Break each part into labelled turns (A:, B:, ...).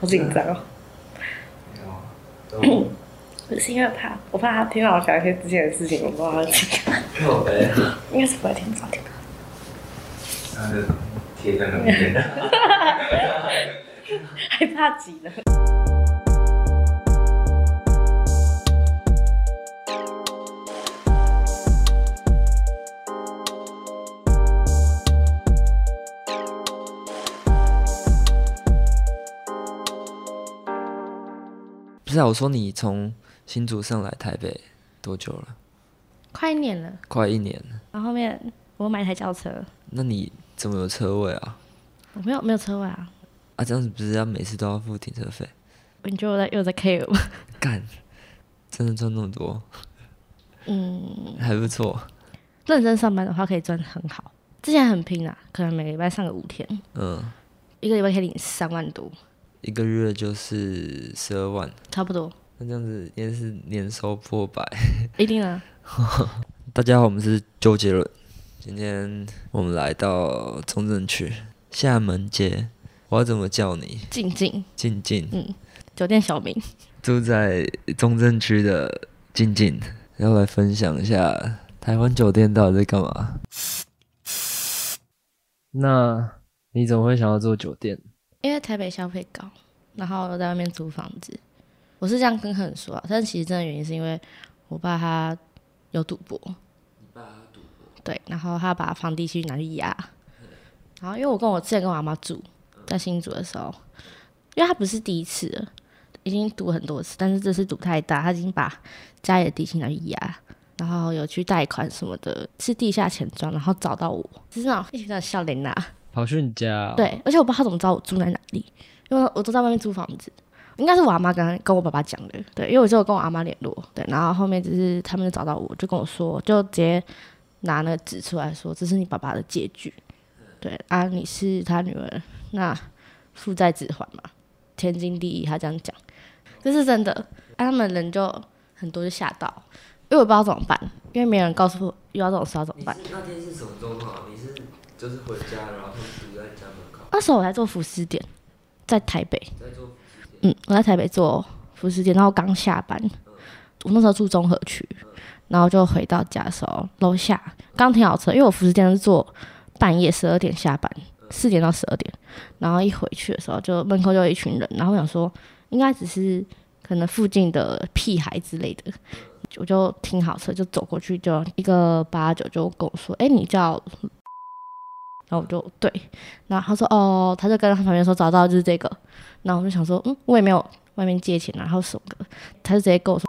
A: 好紧张哦，
B: 没有，
A: 我是因为怕，我怕他听到我讲一些之前的事情，我不知道他紧张，
B: 没有呗，
A: 应该是不会听到，听到。
B: 那就贴在那边。
A: 害怕极了。
C: 不是啊，我说你从新竹上来台北多久了？
D: 快一年了。
C: 快一年了。
D: 然后后面我买一台轿车，
C: 那你怎么有车位啊？
D: 我没有没有车位啊。
C: 啊，这样子不是要每次都要付停车费？
D: 你觉得我在又在 care 吗？
C: 干，真的赚那么多，
D: 嗯，
C: 还不错。
D: 认真上班的话可以赚很好。之前很拼啊，可能每个礼拜上个五天，
C: 嗯，
D: 一个礼拜可以领三万多，
C: 一个月就是十二万，
D: 差不多，
C: 那这样子应该是年收破百。
D: 一定啊。
C: 大家好，我们是周杰伦。今天我们来到中正区厦门街，我要怎么叫你？
D: 静静，
C: 静静。
D: 酒店小明，
C: 住在中正区的静静，要来分享一下台湾酒店到底在干嘛。那你怎么会想要做酒店？
D: 因为台北消费高，然后又在外面租房子，我是这样跟客人说啊，但其实真的原因是因为我爸他有赌博，你爸他赌博，对，然后他把房地区拿去压，然后因为我跟我之前跟我阿妈住在新竹的时候，因为他不是第一次了，已经赌很多次，但是这次赌太大，他已经把家里的地契拿去压。然后有去贷款什么的，是地下钱庄，然后找到我，就是那种一群的笑脸啊呐，
C: 跑去你家、啊
D: 对，，而且我不知道他怎么知道我住在哪里，因为我都在外面租房子。应该是我阿妈跟跟我爸爸讲的，对，因为我就有跟我阿妈联络，对，然后后面就是他们就找到我，就跟我说，就直接拿那个纸出来说，这是你爸爸的借据，对啊，你是他女儿，那负债只还嘛，天经地义，他这样讲，这是真的，啊，他们人就很多就吓到，因为我不知道怎么办，因为没有人告诉我遇到这种事要怎么办。
C: 那天是什么状况？你是就是回家，然后他们堵在家门口，
D: 那时候我在做服饰店，在台北，
C: 在做
D: 嗯，我在台北做服饰店，然后刚下班，
C: 嗯
D: 我那时候住中和区，然后就回到家的时候，楼下刚停好车，因为我服饰店是做半夜十二点下班，
C: 嗯
D: 四点到十二点，然后一回去的时候就门口就有一群人，然后我想说应该只是可能附近的屁孩之类
C: 嗯
D: 的。我就停好车，就走过去，就一个八九就跟我说：“哎、你叫？”
C: 嗯
D: 然后我就对，然后他说：“哦。”他就跟他旁边说：“找到就是这个。”然后我就想说，嗯，我也没有外面借钱啊，然后什么的，他就直接跟我说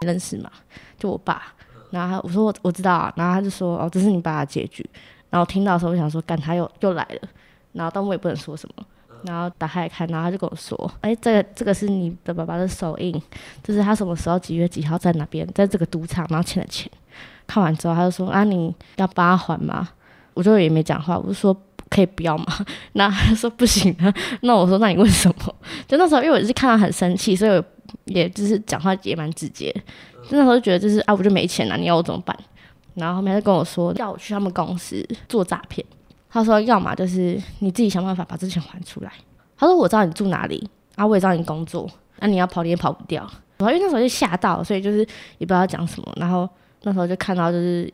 D: 你认识吗？就我爸，然后他我说我我知道啊，然后他就说哦，这是你爸的结局。然后我听到的时候，我想说，干他又又来了，然后但我也不能说什么。然后打开来看，然后他就跟我说：“哎，这个这个是你的爸爸的手印，就是他什么时候几月几号在哪边，在这个赌场，然后欠了钱。”看完之后，他就说：“啊，你要帮他还吗？”我就也没讲话，我就说：“可以不要吗？”然 后他就说：“不行啊。”那我说：“那你为什么？”就那时候，因为我是看到很生气，所以我也就是讲话也蛮直接。就那时候就觉得就是啊，我就没钱了、你要我怎么办？然后后面他就跟我说要我去他们公司做诈骗，他说要么就是你自己想办法把这钱还出来。他说我知道你住哪里，啊我也知道你工作，那、你要跑你也跑不掉。然后因为那时候就吓到，所以就是也不知道讲什么。然后那时候就看到就是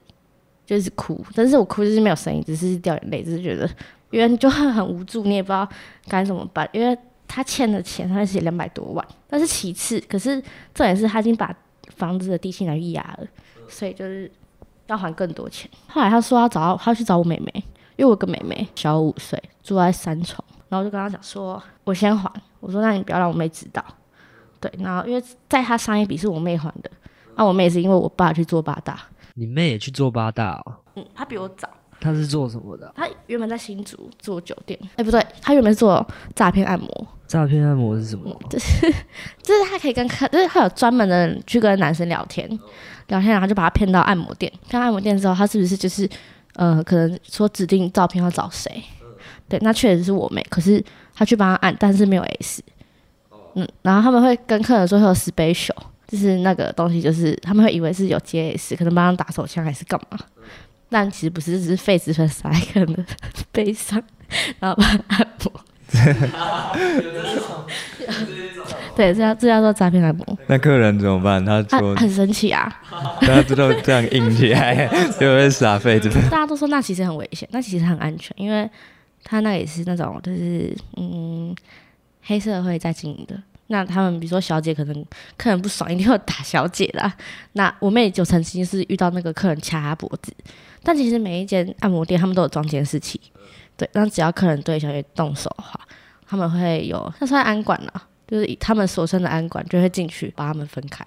D: 就是哭，但是我哭就是没有声音，只是掉眼泪，只是觉得因为你就很很无助，你也不知道该怎么办，因为他欠的钱，他写两百多万，但是其次，可是重点是他已经把房子的地契拿去押啊了，所以就是要还更多钱。后来他说要找到他要去找我妹妹，因为我有个妹妹小我五岁，住在三重，然后我就跟他讲说，我先还，我说那你不要让我妹知道，对，然后因为在他上一笔是我妹还的，那、我妹也是因为我爸去做八大，
C: 你妹也去做八大哦？
D: 嗯，他比我早。
C: 她是做什么的啊？
D: 他原本在新竹做酒店，哎、不对，他原本是做诈骗按摩，
C: 诈骗按摩是什么？
D: 就是他可以跟客，就是他有专门的人去跟男生聊天，聊天然后就把他骗到按摩店，骗到按摩店之后，他是不是就是呃，可能说指定照片要找谁？对，那确实是我妹，可是他去帮他按，但是没有 S。嗯，然后他们会跟客人说会有 special，就是那个东西，就是他们会以为是有接 S，可能帮他打手枪还是干嘛， 但其实不是，只是痱子粉撒在客人的背上，然后帮他按摩。对，这叫这叫做诈骗按摩。
C: 那客人怎么办？他
D: 他
C: 说
D: 很生气啊！
C: 他知道这样硬起 来，就会傻废这边。
D: 大家都说那其实很危险，那其实很安全，因为他那也是那种就是嗯黑社会在经营的。那他们比如说小姐可能客人不爽，一定会打小姐啦。那我妹就曾经是遇到那个客人掐她脖子，但其实每一间按摩店他们都有装监视器，对，那只要客人对小姐动手的话，他们会有那算安管啦，就是以他们所称的安管就会进去把他们分开，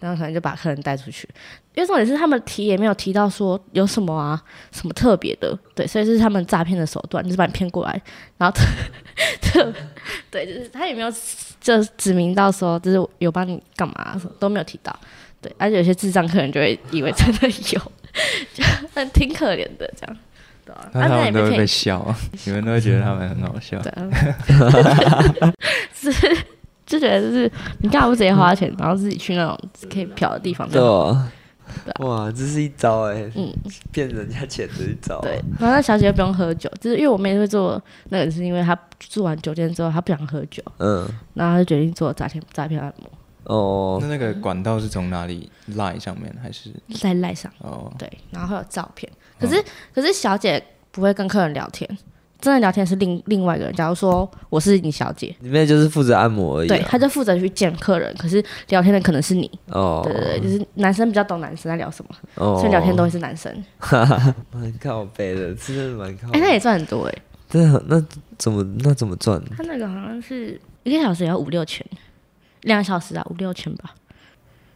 D: 然后可能就把客人带出去。因为重点是他们提也没有提到说有什么啊，什么特别的，对，所以这是他们诈骗的手段，就是把你骗过来，然后特特对，就是他也没有就指明到说就是有帮你干嘛、什么都没有提到，对，而且有些智障客人就会以为真的有， 就很挺可怜的这样，对啊，
C: 那
D: 啊
C: 他
D: 那也
C: 们都
D: 被
C: 会
D: 骗
C: 被笑 啊，你们都会觉得他们很好笑。
D: 对啊， 是就觉得就是你干嘛不直接花钱，然后自己去那种可以嫖的地方？
E: 对哦
D: 对啊，
E: 哇，这是一招哎、
D: 嗯，
E: 骗人家钱的一招。啊
D: 对，，然后那小姐又不用喝酒，就是因为我妹会做那个，是因为她住完酒店之后她不想喝酒，
E: 嗯，
D: 然后她就决定做诈骗诈骗按摩，
E: 哦
C: 那，那个管道是从哪里？Line 上面还是
D: 在赖上
C: 哦？
D: 对，然后会有照片。可
E: 嗯
D: 是、可是小姐不会跟客人聊天，真的聊天是另另外一个人。假如说我是你小姐，
E: 里面就是负责按摩而已、啊。
D: 对，她就负责去见客人，可是聊天的可能是你，
E: 哦，
D: 对对对，就是男生比较懂男生在聊什么，
E: 哦，
D: 所以聊天都会是男生。
E: 蛮靠北的，真的蛮靠
D: 哎、
E: 北。
D: 那也赚很多哎、
E: 真的很那怎么那怎么赚？
D: 他那个好像是一个小时也要五六千，两个小时啊五六千吧，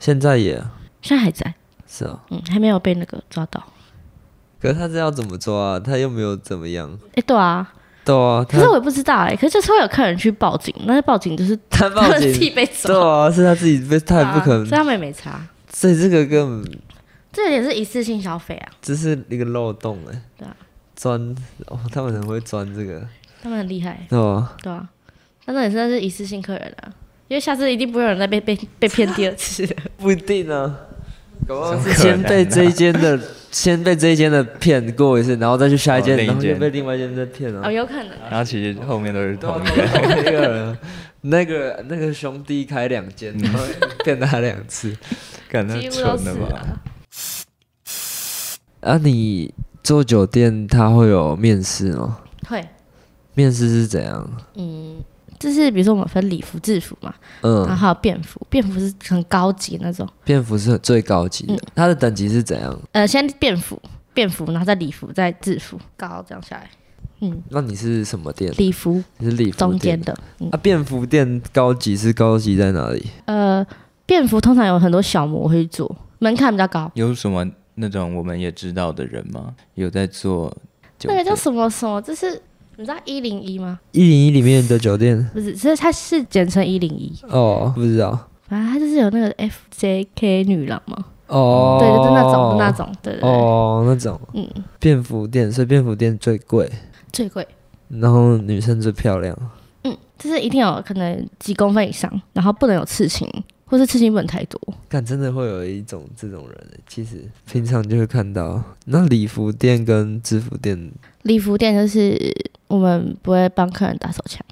E: 现在也
D: 现在还在，
E: 是啊、
D: 嗯，还没有被那个抓到。
E: 可是他这要怎么抓、啊？他又没有怎么样。
D: 哎、对啊，
E: 对啊，
D: 可
E: 他
D: 是我也不知道哎、可是就是会有客人去报警，那报警就是
E: 他报
D: 自己
E: 警，
D: 被
E: 对
D: 抓，
E: 啊，是他自己被，他也不可
D: 啊所以
E: 能。
D: 他们也没查，
E: 所以这个根本
D: 这也是一次性消费啊，
E: 这是一个漏洞哎、
D: 对啊
E: 钻哦，他们很会钻这个，
D: 他们很厉害，
E: 对啊，
D: 对啊，但那也是那是一次性客人啊，因为下次一定不会有人再被被被骗第二次。
E: 不一定啊。搞不好是
C: 可
E: 先
C: 能
E: 被
C: 啊
E: 这一间 的，先被这一间的骗过一次，然后再去下一间，
C: 哦另一
E: 然后又
C: 间
E: 被另外一间再骗啊 了、
D: 哦，有可能，
C: 然后其实后面都
D: 哦
C: 是同一个。
E: 那个那个那个兄弟开两间，然后骗他两次。
C: 干那
D: 几乎都
C: 蠢
D: 是
C: 的吧？
D: 啊。
E: 啊，你做酒店他会有面试吗？
D: 会，
E: 面试是怎样？
D: 嗯，就是比如说我们分礼服、制服嘛，然后
E: 嗯，
D: 还有便服，便服是很高级那种。
E: 便服是最高级
D: 嗯
E: 的，它的等级是怎样？
D: 呃，先便服，便服，然后再礼服，再制服，高这样下来。嗯，
E: 那你是什么店？
D: 礼服
E: 你是礼服
D: 中间
E: 店
D: 的，嗯
E: 啊？便服店高级是高级在哪里？
D: 呃，便服通常有很多小模会去做，门槛比较高。
C: 有什么那种我们也知道的人吗？有在做酒
D: 那
C: 店？
D: 个叫什么什么？就是你知道一零一吗？
E: 一零一里面的酒店
D: 不是，其实它是简称一零一，
E: 哦，不知道
D: 反正它就是有那个 FJK 女郎嘛，
E: 哦，
D: 对，就是那种那种，对对对，
E: 哦那种
D: 嗯，
E: 便服店，所以便服店最贵，
D: 最贵。
E: 然后女生最漂亮。
D: 嗯，就是一定有可能几公分以上，然后不能有刺青，或是刺青不能太多。
E: 但真的会有一种这种人欸，其实平常就会看到。那礼服店跟制服店，
D: 礼服店就是我们不会帮客人打手枪，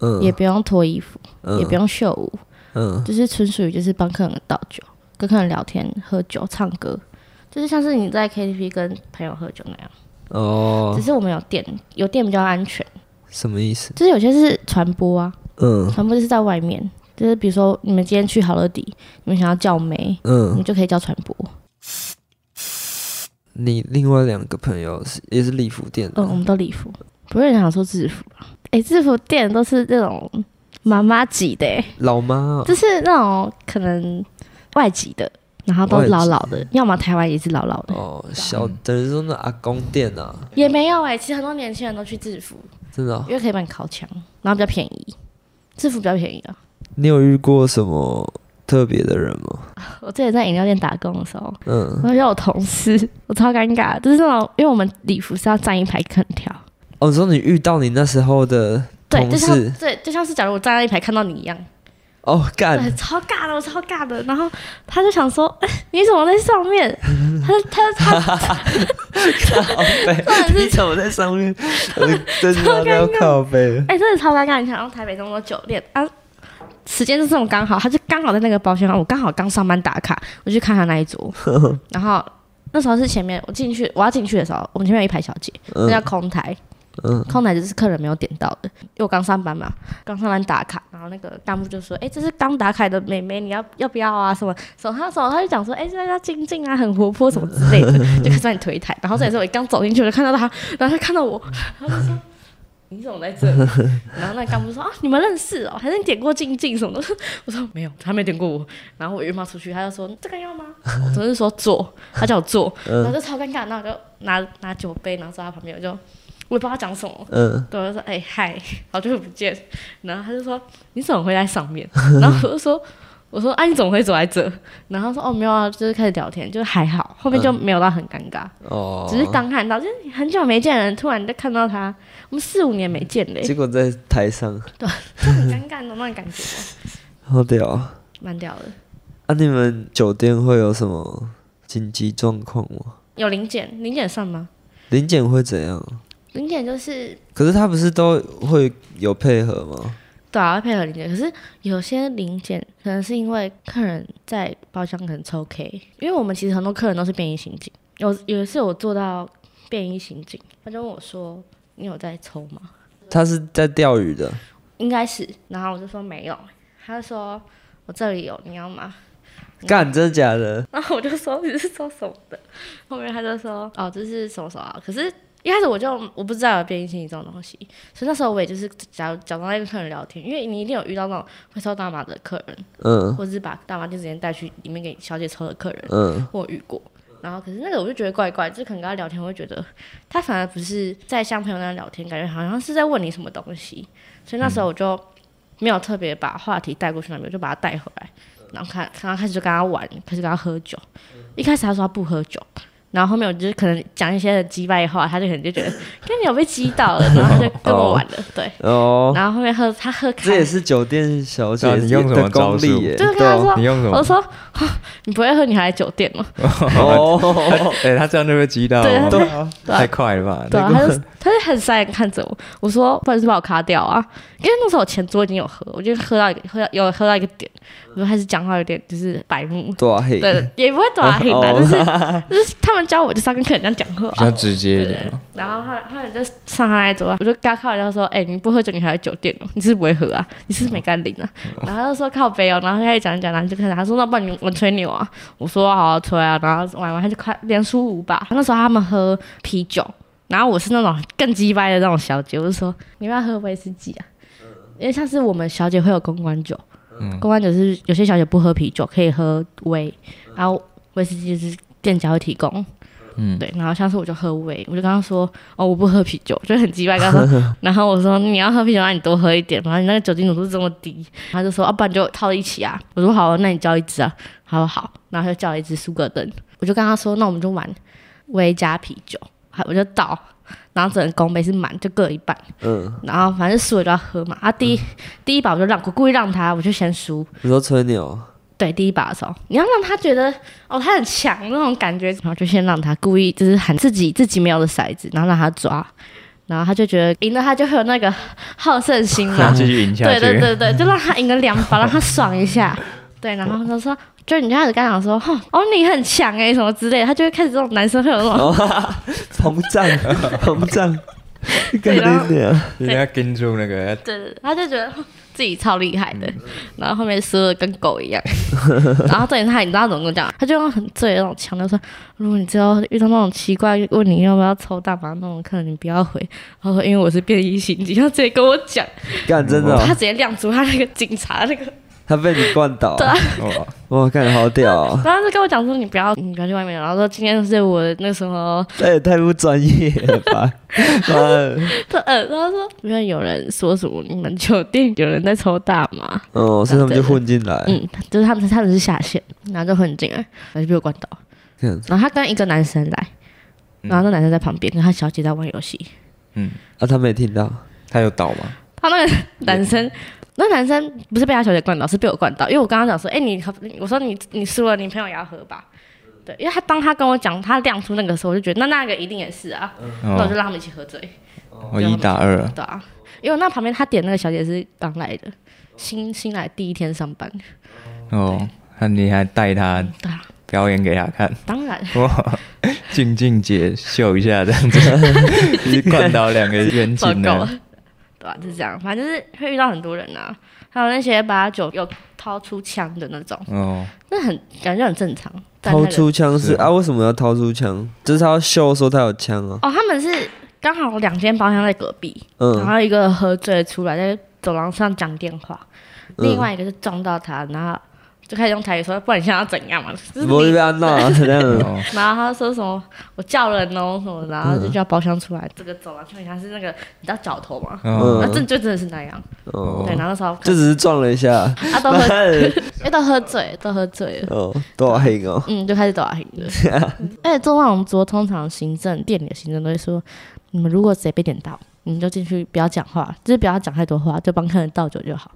E: 嗯，
D: 也不用脱衣服，
E: 嗯
D: 也不，用秀舞，
E: 嗯，
D: 就是纯属于就是帮客人倒酒、跟客人聊天、喝酒、唱歌，就是像是你在 KTV 跟朋友喝酒那样。
E: 哦
D: 只，是我们有店，有店比较安全。
E: 什么意思？
D: 就是有些是传播啊，
E: 嗯
D: 传播就是在外面，就是比如说你们今天去好乐迪，你们想要叫妹，你们
E: 嗯，
D: 就可以叫传播。
E: 你另外两个朋友是也是礼服店啊的
D: 嗯，我们都礼服，不是想说制服吧？哎、制服店都是这种妈妈级的、欸，
E: 老妈哦，
D: 就是那种可能外籍的，然后都
E: 外籍
D: 老老的，要么台湾也是老老的，
E: 哦，小等于说那阿公店啊，
D: 也没有哎、其实很多年轻人都去制服，
E: 真的哦。
D: 因为可以帮你烤枪，然后比较便宜，制服比较便宜啊。
E: 你有遇过什么特别的人吗？
D: 我之前在饮料店打工的时候，
E: 嗯，
D: 然后就有同事，我超尴尬，就是那种因为我们礼服是要站一排看挑，
E: 哦，你说你遇到你那时候的
D: 对，
E: 同
D: 就像
E: 事，
D: 对，就像是假如我站在一排看到你一样，
E: 哦，
D: 对，
E: 干，
D: 超尬的，我超尬的。然后他就想说，哎你怎么在上面？他他他，
E: 靠 背，你怎么在上面？我真
D: 超
E: 的
D: 尴
E: 要
D: 尬
E: 靠背了。
D: 哎、真的超尴尬。你想要台北那么久练啊？时间就这么刚好，他就刚好在那个包厢，我刚好刚上班打卡，我去看他那一桌。然后那时候是前面我进去，我要进去的时候，我们前面有一排小姐，那叫
E: 嗯
D: 空台，
E: 嗯，
D: 空台就是客人没有点到的，因为我刚上班嘛，刚上班打卡，然后那个干部就说：“哎、这是刚打卡的妹妹，你要要不要啊？什么什么？”他什么他就讲说：“哎、这要静静啊，很活泼什么之类的，就开始把你推抬。”然后这也是我一刚走进去，我就看到他，然后他看到我，然后就说。哎你怎么在这里？然后那干部说啊，你们认识哦，还是你点过静静什么的？我说没有，他没点过我。然后我孕妈出去，他就说这个要吗？我只是说坐，他叫我坐，然后就超尴尬，然后我就拿拿酒杯，然后坐他旁边，我就我也不知道他讲什么，
E: 嗯，
D: 对，我就说哎、嗨， 好久不见。然后他就说你怎么会在上面？ 然后我就说我说啊你怎么会走在这？然后他说哦没有啊，就是开始聊天，就是还好，后面就没有到很尴尬，
E: 哦，
D: 只是刚看到，就是很久没见的人，突然就看到他，我们四五年没见嘞、
E: 结果在台上，
D: 就很尴尬，你懂那种感觉吗？
E: 好屌啊！
D: 蛮屌的，
E: 啊你们酒店会有什么紧急状况吗？
D: 有零检，零检算吗？
E: 临检会怎样？
D: 零检就是
E: 可是他不是都会有配合吗？
D: 对啊，会配合零检。可是有些零检可能是因为客人在包厢可能抽 K，因为我们其实很多客人都是便衣刑警。有有一次我做到便衣刑警，他就问我说：“你有在抽吗
E: 他是在钓鱼的，？”
D: 应该是，然后我就说没有，他就说：“我这里有，你要吗？”
E: 干，真的假的？
D: 然后我就说你是做什么的？后面他就说哦，这是什么什么、啊。可是一开始我就我不知道有变异心理这种东西，所以那时候我也就是假假装在跟客人聊天，因为你一定有遇到那种会抽大麻的客人，
E: 嗯
D: 或者是把大麻就直接带去里面给小姐抽的客人，
E: 嗯，
D: 我有遇过。然后可是那个我就觉得怪怪，就是可能跟他聊天，我会觉得他反而不是在像朋友那样聊天，感觉好像是在问你什么东西。所以那时
E: 嗯
D: 候我就没有特别把话题带过去那边，我就把他带回来，然后看，然后开始就跟他玩，开始跟他喝酒。一开始他说他不喝酒，然后后面我就是可能讲一些鸡掰话，他就可能就觉得跟你有被激到了，然后他就跟我玩了，对。
E: 哦，
D: 然后后面喝他喝开
E: 这也是酒店小姐
C: 对啊你用什么
E: 的功
C: 招数
E: 力耶？
D: 就是跟
E: 对
D: 他
E: 啊
D: 说，
C: 你用什
D: 我
C: 么？
D: 说 哈你不会喝，你还来酒店吗？
E: 哦，
C: 哎，他这样就被击到
D: 对
C: 了，
D: 他对
C: 啊
D: 对啊
C: 太快了吧？
D: 对啊，
C: 那
D: 他
C: 个
D: 就他就很傻眼看着我，我说不然就是把我卡掉啊，因为那时候我前桌已经有喝，我就喝到一个喝到有喝到一个点，我就开始讲话有点就是白目，
E: 多黑，
D: 对，也不会短黑吧，
E: 哦
D: 就是就是他们教我就是要跟客人这样讲话啊
C: 比较直接一点。
D: 然后他他们就上他那一桌，我就跟他开玩笑说：“哎、你不喝酒，你还来酒店哦？你是不是不会喝啊？你是不是没干零啊？”然后他就说：“靠背哦。”然后他就讲一讲，然后就开始他说：“那不然你我吹牛啊？”我说：“好、啊，吹啊。”然后玩完他就快连输五把。那时候他们喝啤酒，然后我是那种更鸡掰的那种小姐，我就说：“你要不要喝威士忌啊？”因为像是我们小姐会有公关酒，公关酒是有些小姐不喝啤酒，可以喝威，然后威士忌就是店家会提供。
C: 嗯，
D: 对，然后下次我就喝威，我就跟他说，哦，我不喝啤酒，就很鸡巴跟他说，然后我说你要喝啤酒，那你多喝一点，反正你那个酒精浓度这么低，他就说，要、不然就套一起啊，我说好啊，那你叫一支啊，他说好，然后他就叫了一支苏格登，我就跟他说，那我们就玩威加啤酒，还我就倒，然后整个公杯是满，就各一半，
E: 嗯，
D: 然后反正输了就要喝嘛，啊，第一、第一把我就让，我故意让他，我就先输，
E: 你说哦吹牛，
D: 对，第一把的时候，你要让他觉得哦，他很强那种感觉，然后就先让他故意就是喊自己自己没有的骰子，然后让他抓，然后他就觉得赢了他就会有那个好胜心
C: 那
D: 嘛。
C: 继续赢下
D: 对
C: 去。
D: 对对对，就让他赢了两把，让他爽一 下。对，然后他说，就你就开始跟他讲说，哼哦，你很强哎、什么之类的，他就会开始这种男生会有那种，
E: 哦，哈哈 膨胀，膨胀，
D: 对啊然后
E: 干你啊娘！
C: 你要跟住那个，
D: 对对对，他就觉得 哼自己超厉害
E: 嗯
D: 的，然后后面输的跟狗一样。 然后重点是他，你知道他怎么跟我讲？他就用很醉的那种腔调说：“如果你之后遇到那种奇怪问你要不要抽大麻那种客人，你不要回。”他说：“因为我是便衣刑警。”他直接跟我讲，
E: 干真的哦，
D: 他直接亮出他那个警察那个，
E: 他被你灌倒，
D: 对啊
C: 哦
E: 哇，干好屌 哦，
D: 然后他就跟我讲说：“你不要，你不要去外面。”然后说：“今天是我那时候，
E: 这也哎太不专业了 吧！妈的
D: 他呃，他说因为有人说什么你们酒店有人在抽大麻，
E: 哦，所以他们就混进来，
D: 嗯，就是他们他们是下线，然后就混进来，然后就被我关到。”
E: 看
D: 然后他跟一个男生来，然后那男生在旁边跟他小姐在玩游戏。
C: 嗯，
E: 啊，他没听到，
C: 他有倒吗？
D: 他那个男生那男生不是被他小姐灌倒，是被我灌倒，因为我刚刚讲说，哎、你喝，我说你你输了，你朋友也要喝吧。对，因为他当他跟我讲他亮出那个时候，我就觉得那那个一定也是啊，那我就
C: 哦，
D: 让他们一起喝醉，
C: 我一打二啊，
D: 对啊，因为我那旁边他点那个小姐是刚来的，新新来第一天上班，
C: 哦，那你还带他
D: 对啊，
C: 表演给他看，
D: 当然
C: 哇，静静姐秀一下这样 子，一灌倒两个冤
D: 报
C: 情
D: 告
C: 呢。
D: 了， 对啊，就是这样，反正就是会遇到很多人啊，还有那些把酒有掏出枪的那种，
C: 哦，
D: 那很感觉很正常，在那
E: 掏
D: 个
E: 出枪
C: 是
E: 是啊？为什么要掏出枪？就是他要秀说他有枪啊。
D: 哦，他们是刚好两间包厢在隔壁，然
E: 嗯，
D: 后一个喝醉出来在走廊上讲电话，
E: 嗯
D: 另外一个是撞到他，然后就开始用台语说，不然你想要怎样嘛？就是
E: 不会
D: 你
E: 被他闹啊这样。
C: 哦，
D: 然后他说什么我叫人哦什
E: 嗯
D: 么，然后就叫包厢出来，这个走廊上面他是那个你知道脚头吗？
C: 哦，
D: 那
E: 嗯
D: 这就真的是那样，
E: 哦，
D: 对，然后那时候
E: 就只是撞了一下。
D: 他 都喝，因为都喝醉，都喝醉了。
E: 哦，多黑哦。
D: 嗯，就开始打黑了。 而且做那种桌，通常行政店里的行政都会说，你们如果谁被点到，你们就进去不要讲话，就是不要讲太多话，就帮客人倒酒就好。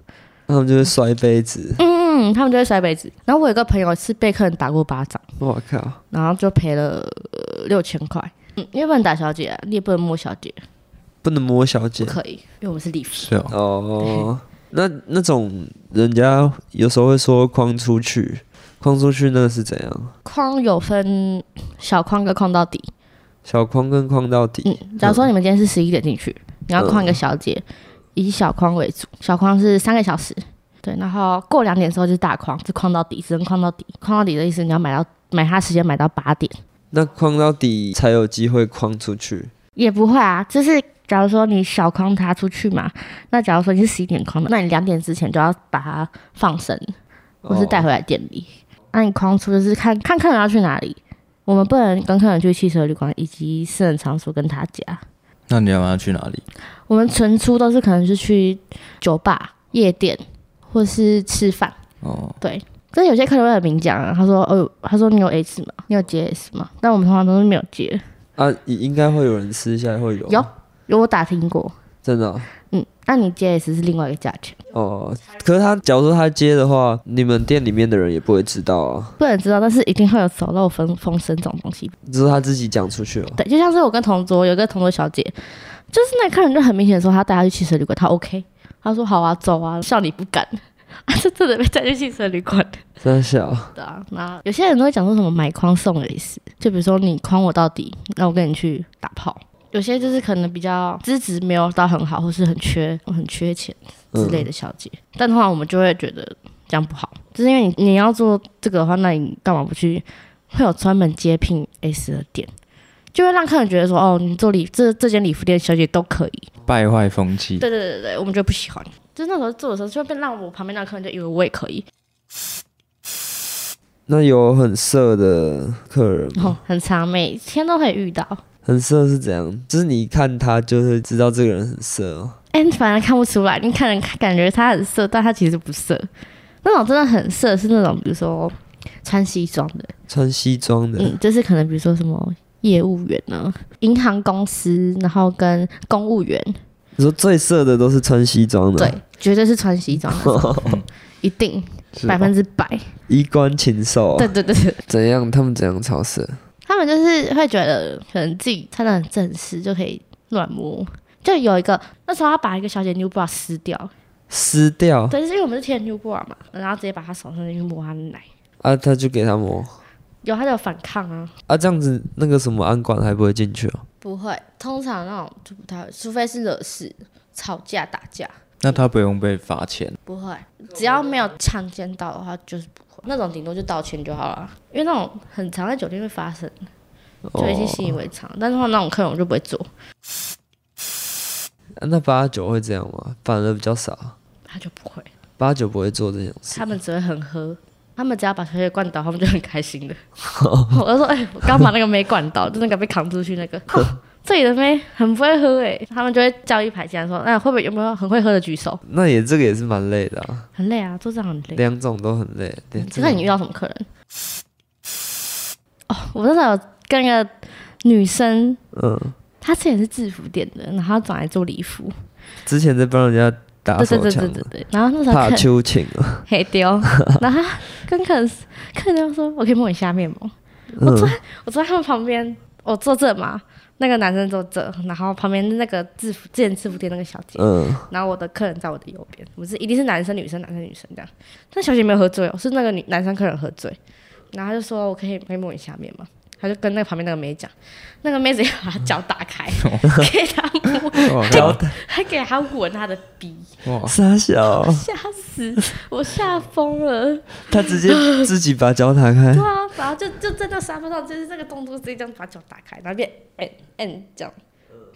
E: 他们就会摔杯子。
D: 嗯，他们就会摔杯子。然后我有个朋友是被客人打过巴掌，
E: 我靠，
D: 然后就赔了呃六千块。嗯，因为不能打小姐、啊，你也不能摸小姐，
E: 不能摸小
D: 不
E: 姐。
D: 可以，因为我们是礼服。
C: 是哦，
E: 哦，那那种人家有时候会说框出去，框出去那个是怎样？
D: 框有分小框跟框到底。
E: 小框跟框到底。
D: 嗯，假如说你们今天是十一点进去，你要框一个小姐，以小框为主，小框是三个小时，对，然后过两点之后就是大框，就框到底，只能框到底。框到底的意思，你要买到买它时间买到八点，
E: 那框到底才有机会框出去。
D: 也不会啊，就是假如说你小框它出去嘛，那假如说你是十一点框的，那你两点之前就要把它放生，
E: 哦
D: 或是带回来店里。那你框出就是看看客人要去哪里，我们不能跟客人去汽车旅馆以及私人场所跟他家。
C: 那你要不要去哪里？
D: 我们存出都是可能是去酒吧、夜店或是吃饭。
C: 哦，
D: 但是有些客人会很明讲啊，他说：“哦，他说你有 S 吗？你有 JS 吗？”但我们通常都是没有接，
E: 啊，应应该会有人私下会有。
D: 有有我打听过，
E: 真的哦
D: 嗯，那你 JS 是另外一个价钱，
E: 哦。可是他假如说他接的话，你们店里面的人也不会知道啊，
D: 不能知道，但是一定会有走漏风风声这种东西。
E: 只是他自己讲出去了。
D: 对，就像是我跟同桌有一个同桌小姐，就是那客人就很明显说他带她去汽车旅馆，她 OK，她说好啊，走啊，笑你不敢。 啊，这真的被带去汽车旅馆，
E: 真的小
D: 对啊，那有些人都会讲说什么买框送的意思，就比如说你框我到底，那我跟你去打炮。有些就是可能比较资质没有到很好，或是很缺很缺钱
E: 嗯
D: 之类的小姐，但通常我们就会觉得这样不好，就是因为你你要做这个的话，那你干嘛不去？会有专门接聘 S 的店，就会让客人觉得说，哦，你做礼这这间礼服店小姐都可以。
C: 败坏风气。
D: 对对对对，我们就不喜欢。就那时候做的时候，就会被让我旁边那客人就以为我也可以，
E: 那有很色的客人
D: 然
E: 吗？
D: 后哦很常每天都会遇到。
E: 很色是怎样？就是你看他就会知道这个人很色哦。
D: 哎、你反而看不出来，你看人感觉他很色，但他其实不色。那种真的很色是那种，比如说穿西装的，
E: 穿西装的，
D: 嗯，就是可能比如说什么业务员呢、银行公司，然后跟公务员，
E: 你说最色的都是穿西装的，
D: 对，绝对是穿西装的，一定
C: 是
D: 百分之百。
E: 衣冠禽兽、
D: 对
E: 啊。
D: 对对对，
E: 怎样？他们怎样超色？
D: 他们就是会觉得可能自己穿的很正式就可以乱摸。就有一个那时候他把一个小姐 new bra 撕掉，
E: 撕掉
D: 对，就是因为我们是贴 new bra 嘛，然后直接把她手伸进去摸她的奶。
E: 啊，他就给他摸
D: 有他就有反抗啊，
E: 啊，这样子那个什么安管还不会进去哦。
D: 不会，通常那种就不太会，除非是惹事、吵架、打架，
C: 那他不用被罚钱，
D: 不会，只要没有强奸到的话，就是不会，那种顶多就道歉就好了，因为那种很常在酒店会发生，
E: 哦
D: 就已经习以为常。但是话那种客人我就不会做，
E: 啊那八九会这样吗？反而比较少，
D: 他就不会，
E: 八九不会做这种事
D: 他。们只会很喝。他们只要把小姐灌倒，他们就很开心的。我就说：“哎、我刚把那个妹灌倒，就那个被扛出去那个。哦”这里的妹很不会喝哎、他们就会叫一排进来说：“那、会不会有没有很会喝的举手
E: 那也这个也是蛮累的、啊，？”
D: 很累啊，做这样很累。
E: 两种都很累。对这
D: 嗯那你遇到什么客人？哦，我那时候有跟一个女生，
E: 嗯，
D: 她之前是制服店的，然后她转来做礼服，
E: 之前在帮人家打
D: 对对
E: 手
D: 对
E: 枪
D: 对
E: 的
D: 对，对。然后那时候
E: 怕
D: 客
E: 秋情啊，
D: 黑 丢，然后他跟客人客人就说：“我可以摸你下面吗？”我坐
E: 嗯
D: 在我坐在他们旁边，我坐这嘛，那个男生坐这，然后旁边那个制服之前制服店那个小姐，
E: 嗯，
D: 然后我的客人在我的右边，我是一定是男生女生男生女生这样。那小姐没有喝醉哦，是那个女男生客人喝醉，然后他就说我可以可以摸你下面吗？他就跟那个旁边那个妹讲，那个妹直接把他脚打开，给他摸，
E: 哦啊
C: 交
D: 还给他吻他的鼻，
C: 哇，
E: 傻小，
D: 吓死我，吓疯了。
E: 他直 接自己把脚打开
D: 对，啊，然后就就站到沙发上，就是这个动作，直接这样把脚打开，然后变摁摁这样。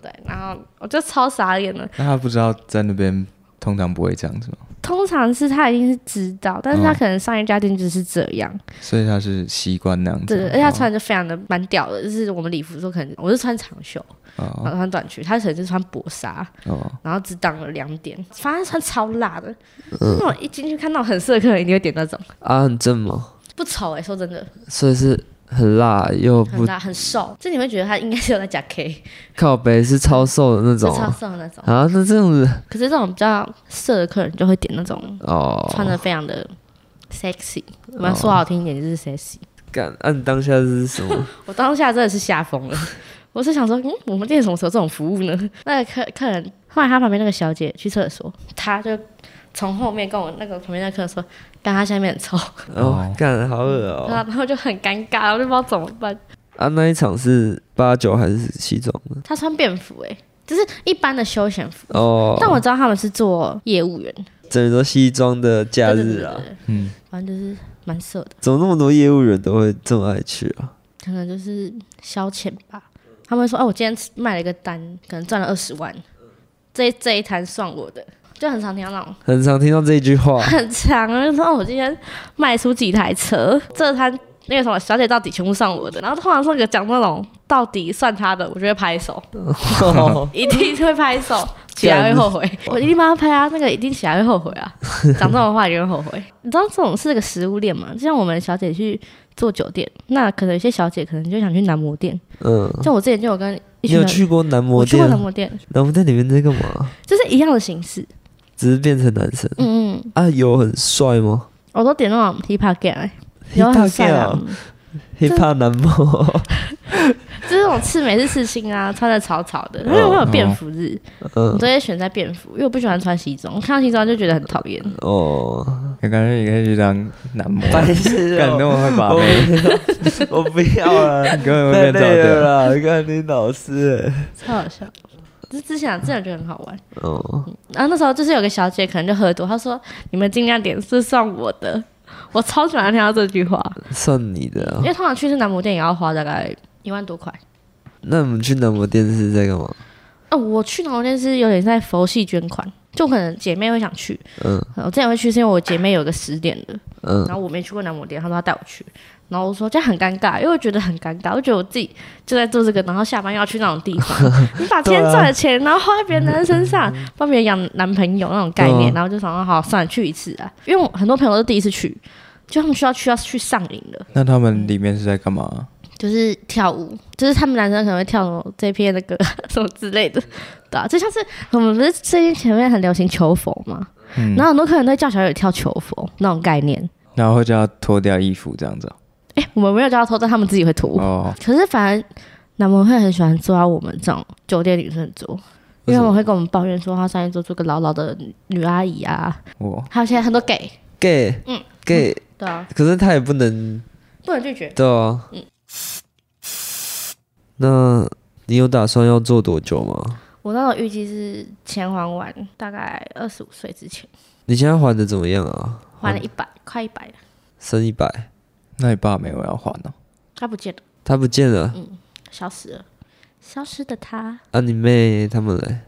D: 对，然后我就超傻眼了。
C: 那他不知道在那边通常不会这样子吗？
D: 通常是他一定是知道，但是他
C: 嗯
D: 可能上一家店就是这样，
C: 所以他是习惯那样子
D: 对
C: 吗。
D: 对，而且他穿的非常的蛮屌的，就是我们礼服的时候可能我是穿长袖，然
C: 哦
D: 后穿短裙，他可能就穿薄纱，
C: 哦哦，
D: 然后只挡了两点，反正穿超辣的。那种一进去看到很色的客人，一定会点那种
E: 啊，很正嘛，
D: 不丑哎、说真的，
E: 所以是很辣又
D: 很
E: 不
D: 辣很瘦，就你会觉得他应该是有在夹 K，
E: 靠背，是超瘦的那
D: 就
E: 种
D: 超
E: 啊，
D: 瘦的那种。
E: 啊那这样子
D: 可是这种比较色的客人就会点那种穿
E: 哦，
D: 的非常的 sexy，我们说好听一点就是 sexy。
E: 干，按当下是什 么？
D: 我当下真的是吓疯了， 我是想说，嗯，我们店什么时候有这种服务呢？那个客客人，后来他旁边那个小姐去厕所，他就从后面跟我那个旁边那个客人说，但他下面很臭，
E: 哦，干，好恶哦、
D: 然后就很尴尬，我就不知道怎么办。
E: 啊，那一场是八九还是西装的？
D: 他穿便服、欸，就是一般的休闲服，
E: 嗯哦，
D: 但我知道他们是做业务员，
E: 整个西装的假
D: 对对
E: 日
D: 对
E: 啊
D: 对，对
C: 嗯，
D: 反正就是蛮色的。
E: 怎么那么多业务员都会这么爱去啊？
D: 可能就是消遣吧。他们会说：“哦，我今天吃卖了一个单，可能赚了二十万，这这一摊算我的。”就很常听到那种，
E: 很常听到这句话
D: 很长，就说：“哦，我今天卖出几台车，这摊那个什么小姐到底全部算我的。”然后通常那个讲那种到底算他的，我就会拍 手，一定会拍 手，起来会后悔。我一定帮他拍啊，那个一定起来会后悔 啊，讲这种话一定会后悔。你知道这种是个食物链嘛？就像我们小姐去做酒店，那可能有些小姐可能就想去男模店。
E: 嗯，
D: 就我之前就有跟一
E: 你
D: 群
E: 有
D: 人，
E: 去过男模
D: 我去过
E: 店？
D: 男模店，
E: 男模店里面在干嘛？
D: 就是一样的形式。
E: 只是变成男生
D: 嗯嗯，
E: 啊？有很帅吗
D: 我都点那种 hip hop gay，有很
E: ？hiphop
D: 帅
E: gay
D: 啊，
E: 啊
D: 嗯
E: ，hiphop 男 模，
D: 就是那种刺美式刺青啊，穿的草草的。因为我有便服日，我
E: 嗯，
D: 都会选在便服，因为我不喜欢穿西装，我看到西装就觉得很讨厌。
E: 哦，
C: 感觉你可以去当男模，
E: 白痴
C: 感
E: 哦，
C: 动会把
E: 我
C: 妹，
E: 不我不要啊了，
C: 你根本会
E: 太
C: 被照
E: 累
C: 掉。
E: 了 啦，看你老师，欸
D: 超好笑。就是之前啊真的觉得很好玩，
E: 哦，
D: 然后那时候就是有个小姐可能就喝多，她说：“你们尽量点，是算我的。” 我超喜欢听到这句话，
E: 算你的啊
D: 因。为通常去是男模店也要花大概一万多块。
E: 那我们去男模店是在干嘛？
D: 哦，我去男模店是有点在佛系捐款，就可能姐妹会想去。
E: 嗯
D: 我之前会去是因为我姐妹有个十点的，
E: 嗯，
D: 然后我没去过男模店，她说她带我去，然后我说这样很尴尬，因为我觉得很尴尬，我觉得我自己就在做这个，然后下班要去那种地方，你把今天赚的钱然后花在别人男人身上，帮别人养男朋友那种概念，
E: 嗯
D: 然后就想说好算了去一次啊，因为我很多朋友都第一次去，就他们需要去要去上瘾的，
C: 那他们里面是在干嘛？
D: 就是跳舞，就是他们男生可能会跳什么 J P 的歌 什么之类的，对啊，就像是我们不是最近前面很流行求佛嘛，
C: 嗯
D: 然后很多客人都会叫小姐跳求佛那种概念，
C: 然后会叫他脱掉衣服这样子哦
D: 哎、我们没有叫他脱，但他们自己会脱，
C: 哦，
D: 可是反而男模会很喜欢坐到我们这种酒店女生桌。因为我会跟我们抱怨说，他上一桌做个老老的女阿姨啊，
C: 我
D: 还有现在很多 gay，
E: gay，
D: 嗯
E: ，gay，
D: 对啊，
E: 可是他也不能
D: 不能拒绝。
E: 对啊。那你有打算要做多久吗？
D: 我那时候预计是钱还完，大概二十五岁之前
E: 你现在还的怎么样啊？
D: 还了一百，快一百了，
E: 剩一百，
C: 那你爸没有要还哦？
D: 他不见了。
E: 他不见了、
D: 消失了，消失的他。
E: 啊！你妹他们嘞？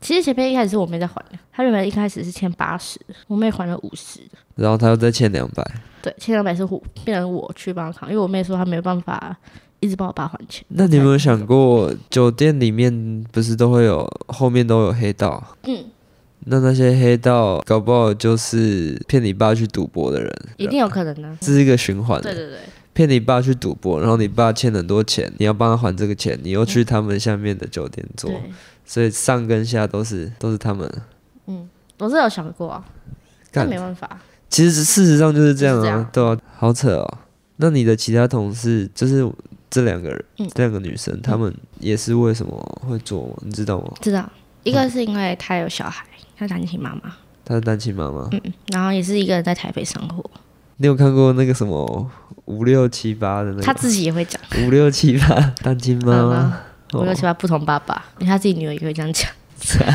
D: 其实前面一开始是我妹在还的，她原本一开始是欠八十，我妹还了五十，
E: 然后他又再欠两百，
D: 对，欠两百是我变成我去帮她扛，因为我妹说她没有办法一直帮我爸还钱。
E: 那你有没有想过，酒店里面不是都会有后面都有黑道？
D: 嗯，
E: 那那些黑道搞不好就是骗你爸去赌博的人，
D: 一定有可能呢、
E: 这是一个循环、
D: 对
E: 欸。
D: 对对，
E: 骗你爸去赌博，然后你爸欠很多钱，你要帮他还这个钱，你又去他们下面的酒店做。
D: 对，
E: 所以上跟下都是都是他们。
D: 嗯，我是有想过啊，但
E: 干
D: 没办法，
E: 其实事实上就是这样啊，
D: 就是这样
E: 对啊，好扯哦。那你的其他同事，就是这两个人，
D: 嗯
E: 这两个女生，她们也是为什么会做吗？你知道吗？
D: 知道一个是因为他有小孩，他单亲妈妈，
E: 她是单亲妈妈。
D: 嗯，然后也是一个人在台北生活，
E: 你有看过那个什么五六七八的那
D: 他
E: 个
D: 自己也会讲，
E: 五六七八单亲妈妈？
D: 我六
E: 哦
D: 七八不同爸爸，他自己女儿也会这样讲，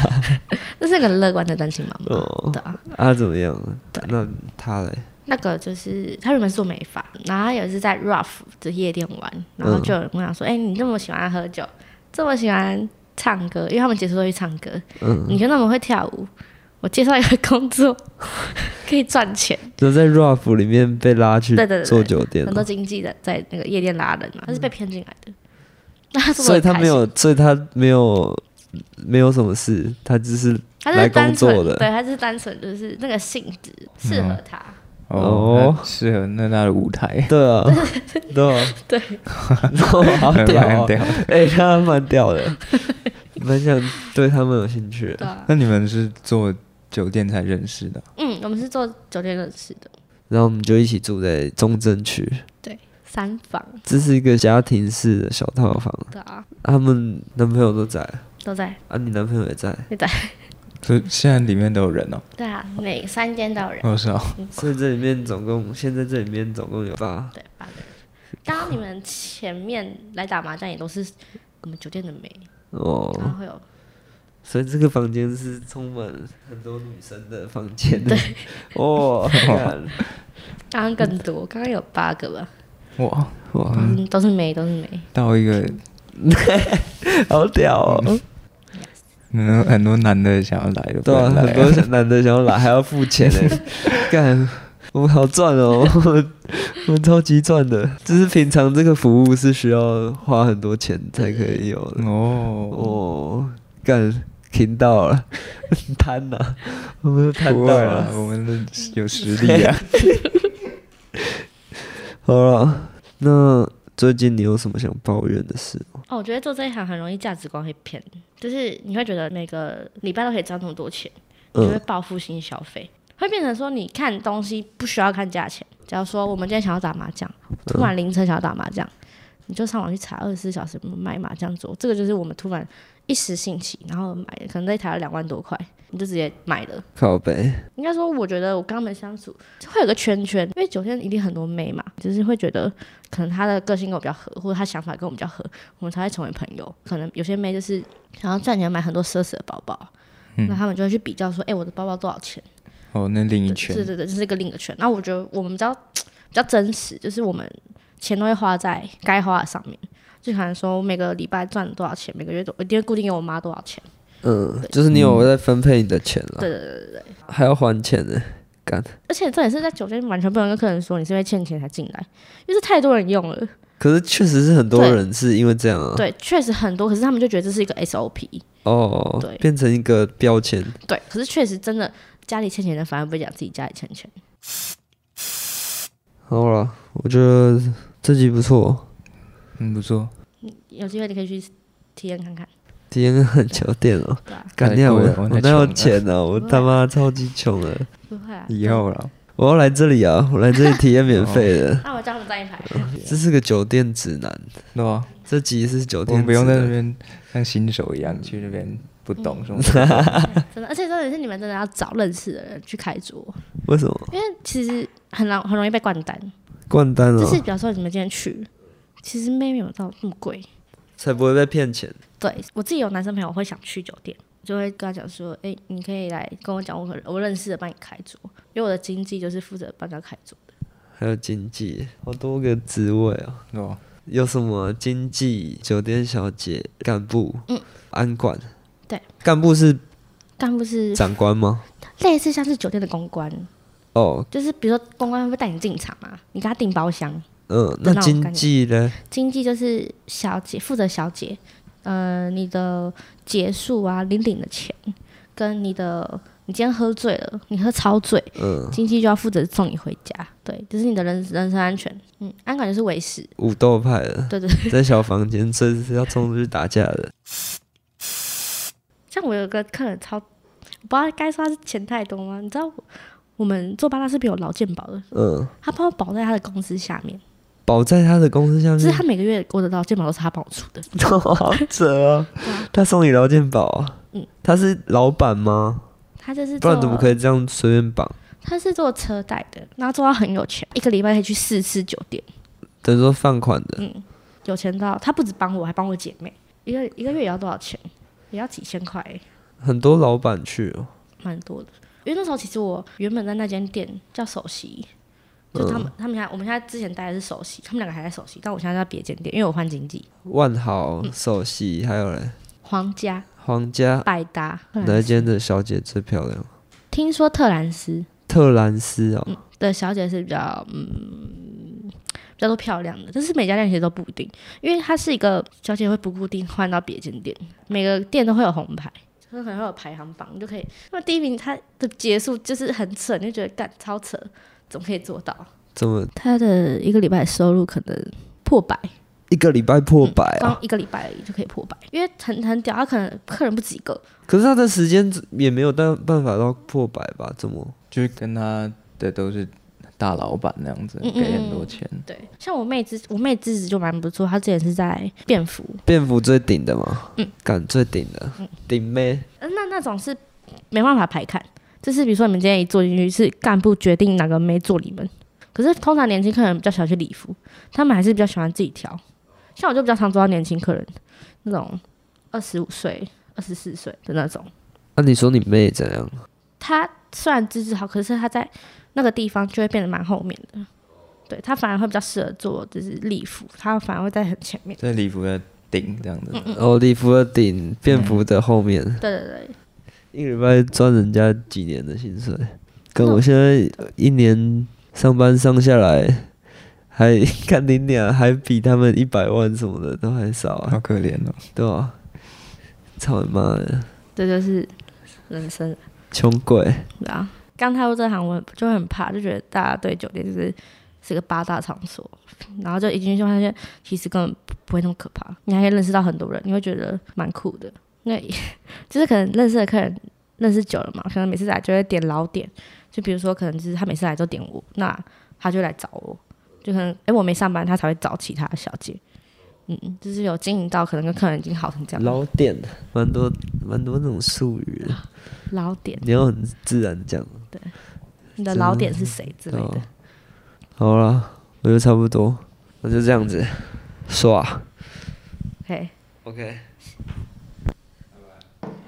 D: 这是个乐观的单亲妈妈，
E: 哦
D: 对啊。
E: 啊，怎么样？那她嘞？
D: 那个就是他原本是做美发，然后他有一次在 Ruff 的夜店玩，然后就有人问他说：“哎、你这么喜欢喝酒，这么喜欢唱歌，因为他们结束都去唱歌，
E: 嗯，
D: 你就那么会跳舞，我介绍一个工作 可以赚钱，
E: 就在 rap 里面被拉去
D: 对对对对
E: 做酒店哦
D: 很
E: 了
D: 多，经纪的在那个夜店拉人嘛，他是被骗进来的，那他做得
E: 嗯所以她
D: 很
E: 没
D: 开心，
E: 有，所以她没有没有什么事，她只是
D: 他就
E: 来
D: 是
E: 工
D: 单
E: 作
D: 纯
E: 的嗯
D: 对，他是单纯就是那个性质适合他。
C: 哦
E: 哦，
C: 那适合那那的舞台，
E: 对啊，对啊，
D: 对，
E: 好屌、
C: 蛮
E: 哦，
C: 屌的。
E: 哎、他蛮屌的，蛮想对他们有兴趣的。
D: 对啊，
C: 那你们是做酒店才认识的？
D: 嗯，我们是做酒店认识的，
E: 然后我们就一起住在中正区，
D: 三房
E: 这是一个家庭式的小套房，
D: 对啊，
E: 他们男朋友都在
D: 都在
E: 啊，你男朋友也在，
C: 所以现在里面都有人哦，
D: 对啊，每三间都有人。
C: 我是哦，
E: 所以这里面总共现在这里面总共有八，
D: 对，八个人。刚刚你们前面来打麻将也都是我们酒店的美，然
E: 哦，
D: 后会有
E: 所以这个房间是充满很多女生的房间， 对，哦，干
D: 刚刚更多，刚刚有八个吧，
C: 哇 哇，
D: 嗯，都是美，都是美，
C: 到一个
E: 好屌哦，
C: 嗯很多男的想要来的，
E: 对啊，
C: 不能来
E: 很多小男的想要来还要付钱 呢、干，我们好赚哦，我们我们超级赚的。就是平常这个服务是需要花很多钱才可以有的。
C: 哦，
E: 哦，干，听到了，贪呐、我们都贪
C: 不
E: 到
C: 会啊，
E: 了。
C: 我们的有实力啊。
E: 好了，那最近你有什么想抱怨的事吗？
D: 哦，我觉得做这一行很容易价值观会偏，就是你会觉得每个礼拜都可以赚那么多钱，你就会
E: 嗯，
D: 报复性消费，会变成说你看东西不需要看价钱。假如说我们今天想要打麻将，突然凌晨想要打麻将，你就上网去查二十四小时卖麻将桌，这个就是我们突然一时兴起，然后买的，可能在台湾两万多块，你就直接买了。
E: 靠背，
D: 应该说，我觉得我跟他们相处会有个圈圈，因为酒店一定很多妹嘛，就是会觉得可能她的个性跟我比较合，或者她想法跟我比较合，我们才会成为朋友。可能有些妹就是想要赚钱买很多奢侈的包包，那他们就会去比较说，哎、我的包包多少钱？
C: 哦，那另一
D: 对
C: 圈
D: 对对对，这是一个另一个圈。那我觉得我们比较比较真实，就是我们钱都会花在该花的上面。就可能说每个礼拜赚多少钱，每个月都我一定会固定给我妈多少钱。
E: 嗯，就是你有在分配你的钱了，
D: 对对对对对，
E: 还要还钱呢、干，
D: 而且这也是在酒店完全不能跟客人说你是因为欠钱才进来，因为是太多人用了。
E: 可是确实是很多
D: 对
E: 人是因为这样啊，
D: 对，确实很多，可是他们就觉得这是一个 SOP。
E: 哦
D: 对，
E: 变成一个标签，
D: 对，可是确实真的家里欠钱的反而不会讲自己家里欠钱。
E: 好了，我觉得这集不错，
C: 嗯，不错，
D: 有机会你可以去体验看看。
E: 体验很酒店哦。
D: 对啊，
E: 干掉我
C: 太贵了，哎我太
E: 我哪有
C: 穷了
E: 钱呢、啊我他妈超级穷的，
D: 不会啊。。
C: 以后哦了，
E: 我要来这里啊！我来这里体验免 费的
D: 那我叫他们站一排。
E: 这是个酒店指南，
C: 对吧？
E: 这集是酒
C: 我
E: 店
C: 们
E: 指
C: 不用在那
E: 南。
C: 边像新手一样去那边不懂什么。
D: 真的，而且真的是你们真的要找认识的人去开桌，
E: 为什么
D: 因为其实很容很容易被灌单。
E: 灌单
D: 就是
E: 哦？
D: 比方说你们今天去，其实妹没有到那么贵。
E: 才不会被骗钱。
D: 对我自己有男生朋友会想去酒店，就会跟他讲说，哎、你可以来跟我讲，我可我认识的帮你开桌，因为我的经济就是负责帮他开桌的。
E: 还有经济，好多个职位哦。
C: 对吧？
E: 有什么经济、酒店小姐、干部、
D: 嗯
E: 安管？
D: 对，
E: 干部是
D: 干部是
E: 长官吗？
D: 类似像是酒店的公关，
E: 哦，
D: 就是比如说公关会带你进场嘛，你给他订包厢。
E: 嗯，
D: 那
E: 那
D: 我
E: 经
D: 感觉
E: 济呢？
D: 经济就是小姐负责小姐，呃，你的结束啊，领领的钱，跟你的你今天喝醉了，你喝超醉，
E: 嗯，
D: 经济就要负责送你回家，对，这是你的人人身安全，嗯，安管就是维持，
E: 武斗派的，
D: 对对
E: 在小房间，所以是要冲出去打架的。
D: 像我有个客人超，我不知道该说他是钱太多吗？你知道我我们做八大是比我劳健保的，
E: 嗯，
D: 他帮我保在他的公司下面，
E: 保在他的公司下
D: 就是
E: 面，
D: 他每个月我的劳健保都是他帮我出的，
E: 好 扯哦
D: 啊！
E: 他送你劳健保啊
D: 嗯？啊
E: 他是老板吗？
D: 他就是
E: 不
D: 做
E: 然怎么可以这样随便绑？
D: 他是做车贷的，然后做到很有钱，一个礼拜可以去四次酒店，
E: 等于说放款的，
D: 嗯有钱到他不止帮我，还帮我姐妹，一个一个月也要多少钱？也要几千块、
E: 很多老板去哦。
D: 蛮多的。因为那时候其实我原本在那间店叫首席，就他们、
E: 嗯
D: 他们家我们现在之前待的是首席，他们两个还在首席，但我现在在别间店，因为我换经济，
E: 万豪、
D: 嗯
E: 首席，还有嘞，
D: 皇家、
E: 皇家
D: 百达。
E: 哪一间的小姐最漂亮？
D: 听说特兰斯
E: 特兰斯哦，
D: 的小姐是比较嗯。比较多漂亮的，但是每家店其实都不一定，因为它是一个小姐会不固定换到别间店，每个店都会有红牌，就是可能会有排行榜，你就可以。那么第一名它的结束就是很扯，你就觉得干超扯，怎么可以做到？
E: 怎么
D: 他的一个礼拜收入可能破百，
E: 一个礼拜破百
D: 光
E: 啊？
D: 一个礼拜而已就可以破百，因为很很屌，他可能客人不止一个，
E: 可是他的时间也没有办办法到破百吧？怎么？
C: 就是跟他的都是大老板那样子，
D: 嗯嗯
C: 给很多钱。
D: 对，像我妹之我妹之子就蛮不错，她之前是在便服，
E: 蝙蝠最顶的嘛，
D: 嗯，
E: 敢最顶的，顶妹
D: 呃那那种是没办法排看，就是比如说你们今天一坐进去是干部决定哪个妹做你们，可是通常年轻客人比较少去礼服，他们还是比较喜欢自己挑，像我就比较常做到年轻客人那种二十五岁、二十四岁的那种。
E: 那、啊你说你妹怎样？
D: 他虽然资质好，可是他在那个地方就会变得蛮后面的。对他反而会比较适合做就是礼服，他反而会在很前面。
C: 这礼服的顶这样子，
D: 嗯
E: 哦，礼服的顶，蝙蝠的后面，
D: 对对对，
E: 一个礼拜赚人家几年的薪水，跟我现在一年上班上下来，还 看你俩还比他们一百万什么的都还少啊，
C: 好可怜哦。
E: 对吧、操你妈的，
D: 这就是人生
E: 穷鬼！
D: 啊！刚踏入这行，我就很怕，就觉得大家对酒店就是是个八大场所，然后就一进去就发现，其实根本不不会那么可怕。你还可以认识到很多人，你会觉得蛮酷的。那 就是可能认识的客人认识久了嘛，可能每次来就会点老点，就比如说可能就是他每次来都点我，那他就会来找我，就可能哎、诶我没上班，他才会找其他小姐。嗯，就是有经营到可能跟客人已经好成这样。
E: 老点，蛮多蛮多那种术语的，
D: 老点，
E: 你要很自然讲，
D: 你的老点是谁之类
E: 对啊
D: 的
E: 吧？？好了，我就差不多，那就这样子，刷。
D: 嘿，
E: OK，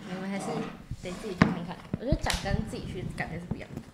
D: 你们还是得自己去看看。我觉得讲跟自己去感觉是不一样的。